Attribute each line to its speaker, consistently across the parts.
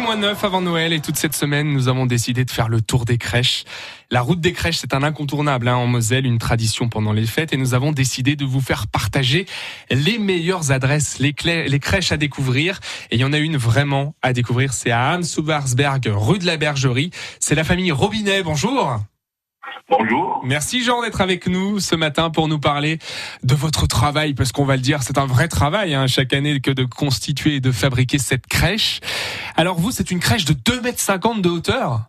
Speaker 1: moins 9 avant Noël et toute cette semaine, nous avons décidé de faire le tour des crèches. La route des crèches, c'est un incontournable hein, en Moselle, une tradition pendant les fêtes et nous avons décidé de vous faire partager les meilleures adresses, les, clés- les crèches à découvrir. Et il y en a une vraiment à découvrir, c'est à Anne-Soubarsberg, rue de la Bergerie. C'est la famille Robinet, bonjour
Speaker 2: Bonjour.
Speaker 1: Merci Jean d'être avec nous ce matin pour nous parler de votre travail, parce qu'on va le dire, c'est un vrai travail hein, chaque année que de constituer et de fabriquer cette crèche. Alors vous, c'est une crèche de 2,50 mètres de hauteur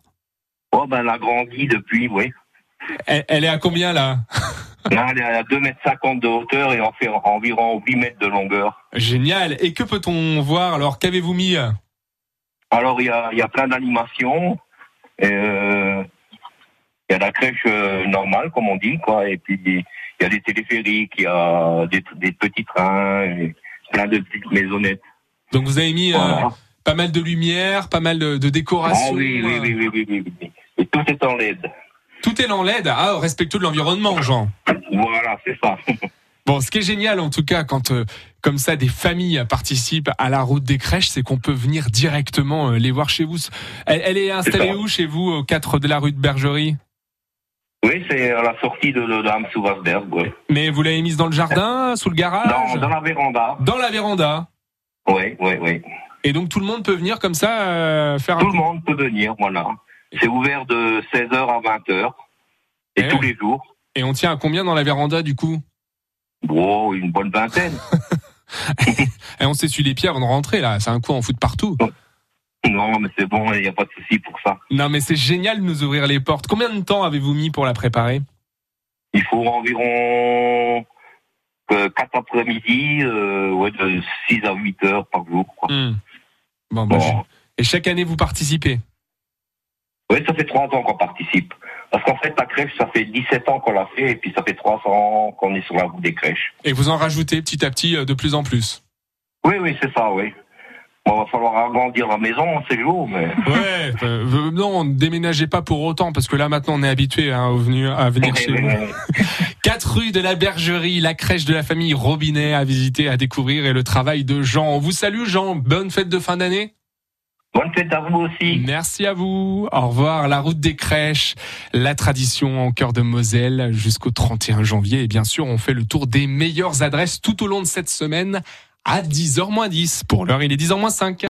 Speaker 2: Oh, ben, elle a grandi depuis, oui.
Speaker 1: elle, elle est à combien là
Speaker 2: Là, elle est à 2,50 mètres de hauteur et en fait environ 8 mètres de longueur.
Speaker 1: Génial Et que peut-on voir alors Qu'avez-vous mis
Speaker 2: Alors, il y a, il y a plein d'animations. Et, euh, Il y a la crèche euh, normale, comme on dit, quoi. Et puis, il y a des téléphériques, il y a des, des petits trains, et plein de petites maisonnettes.
Speaker 1: Donc vous avez mis euh,
Speaker 2: Voilà.
Speaker 1: pas mal de lumière, pas mal de, de
Speaker 2: Ah,
Speaker 1: décorations.
Speaker 2: oui, oui, oui, oui, oui, oui, oui. Et tout est en LED.
Speaker 1: Tout est en LED. Ah, respectueux de l'environnement, Jean.
Speaker 2: Voilà, c'est ça.
Speaker 1: Bon, ce qui est génial en tout cas, quand euh, comme ça des familles participent à la route des crèches, c'est qu'on peut venir directement euh, les voir chez vous. Elle, elle est installée
Speaker 2: ça.
Speaker 1: où chez vous, au 4 de la rue de Bergerie
Speaker 2: Oui, c'est à la sortie de, de, de Amsterdam, ouais.
Speaker 1: Mais vous l'avez mise dans le jardin, sous le garage
Speaker 2: Dans, dans la véranda.
Speaker 1: Dans la véranda.
Speaker 2: Oui, oui, oui.
Speaker 1: Et donc tout le monde peut venir comme ça euh, faire un
Speaker 2: Tout le monde peut venir, voilà. C'est ouvert de 16h à 20h. Et
Speaker 1: Eh
Speaker 2: tous
Speaker 1: oui.
Speaker 2: les jours.
Speaker 1: Et on tient à combien dans la véranda du coup
Speaker 2: Bon, une bonne vingtaine.
Speaker 1: Et on s'essuie les pieds avant de rentrer là, c'est un coup en foot partout.
Speaker 2: non, mais c'est bon, il n'y a pas de souci pour ça.
Speaker 1: Non mais c'est génial de nous ouvrir les portes. Combien de temps avez-vous mis pour la préparer
Speaker 2: Il faut environ 4 après-midi, euh, ouais, de 6 à 8 heures par jour. Quoi.
Speaker 1: Hmm. Bon, bah,
Speaker 2: Bon.
Speaker 1: je- Et chaque année vous participez.
Speaker 2: Ouais, ça fait 3 ans qu'on participe. Parce qu'en fait, la crèche, ça fait 17 ans qu'on l'a fait, et puis ça fait 3 ans qu'on est sur la route des crèches.
Speaker 1: Et vous en rajoutez petit à petit euh, de plus en plus.
Speaker 2: Oui, oui, c'est ça, oui. Bon, va falloir agrandir la maison, c'est lourd, mais...
Speaker 1: Ouais, euh, euh, non, déménagez pas pour autant, parce que là maintenant on est habitué hein, au venu- à venir chez vous. 4 rue de la Bergerie, la crèche de la famille Robinet à visiter, à découvrir et le travail de Jean. On vous salue Jean, bonne fête de fin d'année.
Speaker 2: Bonne fête à vous aussi.
Speaker 1: Merci à vous, au revoir. La route des crèches, la tradition en cœur de Moselle jusqu'au 31 janvier. Et bien sûr, on fait le tour des meilleures adresses tout au long de cette semaine à 10h 10. Pour l'heure, il est 10h 05.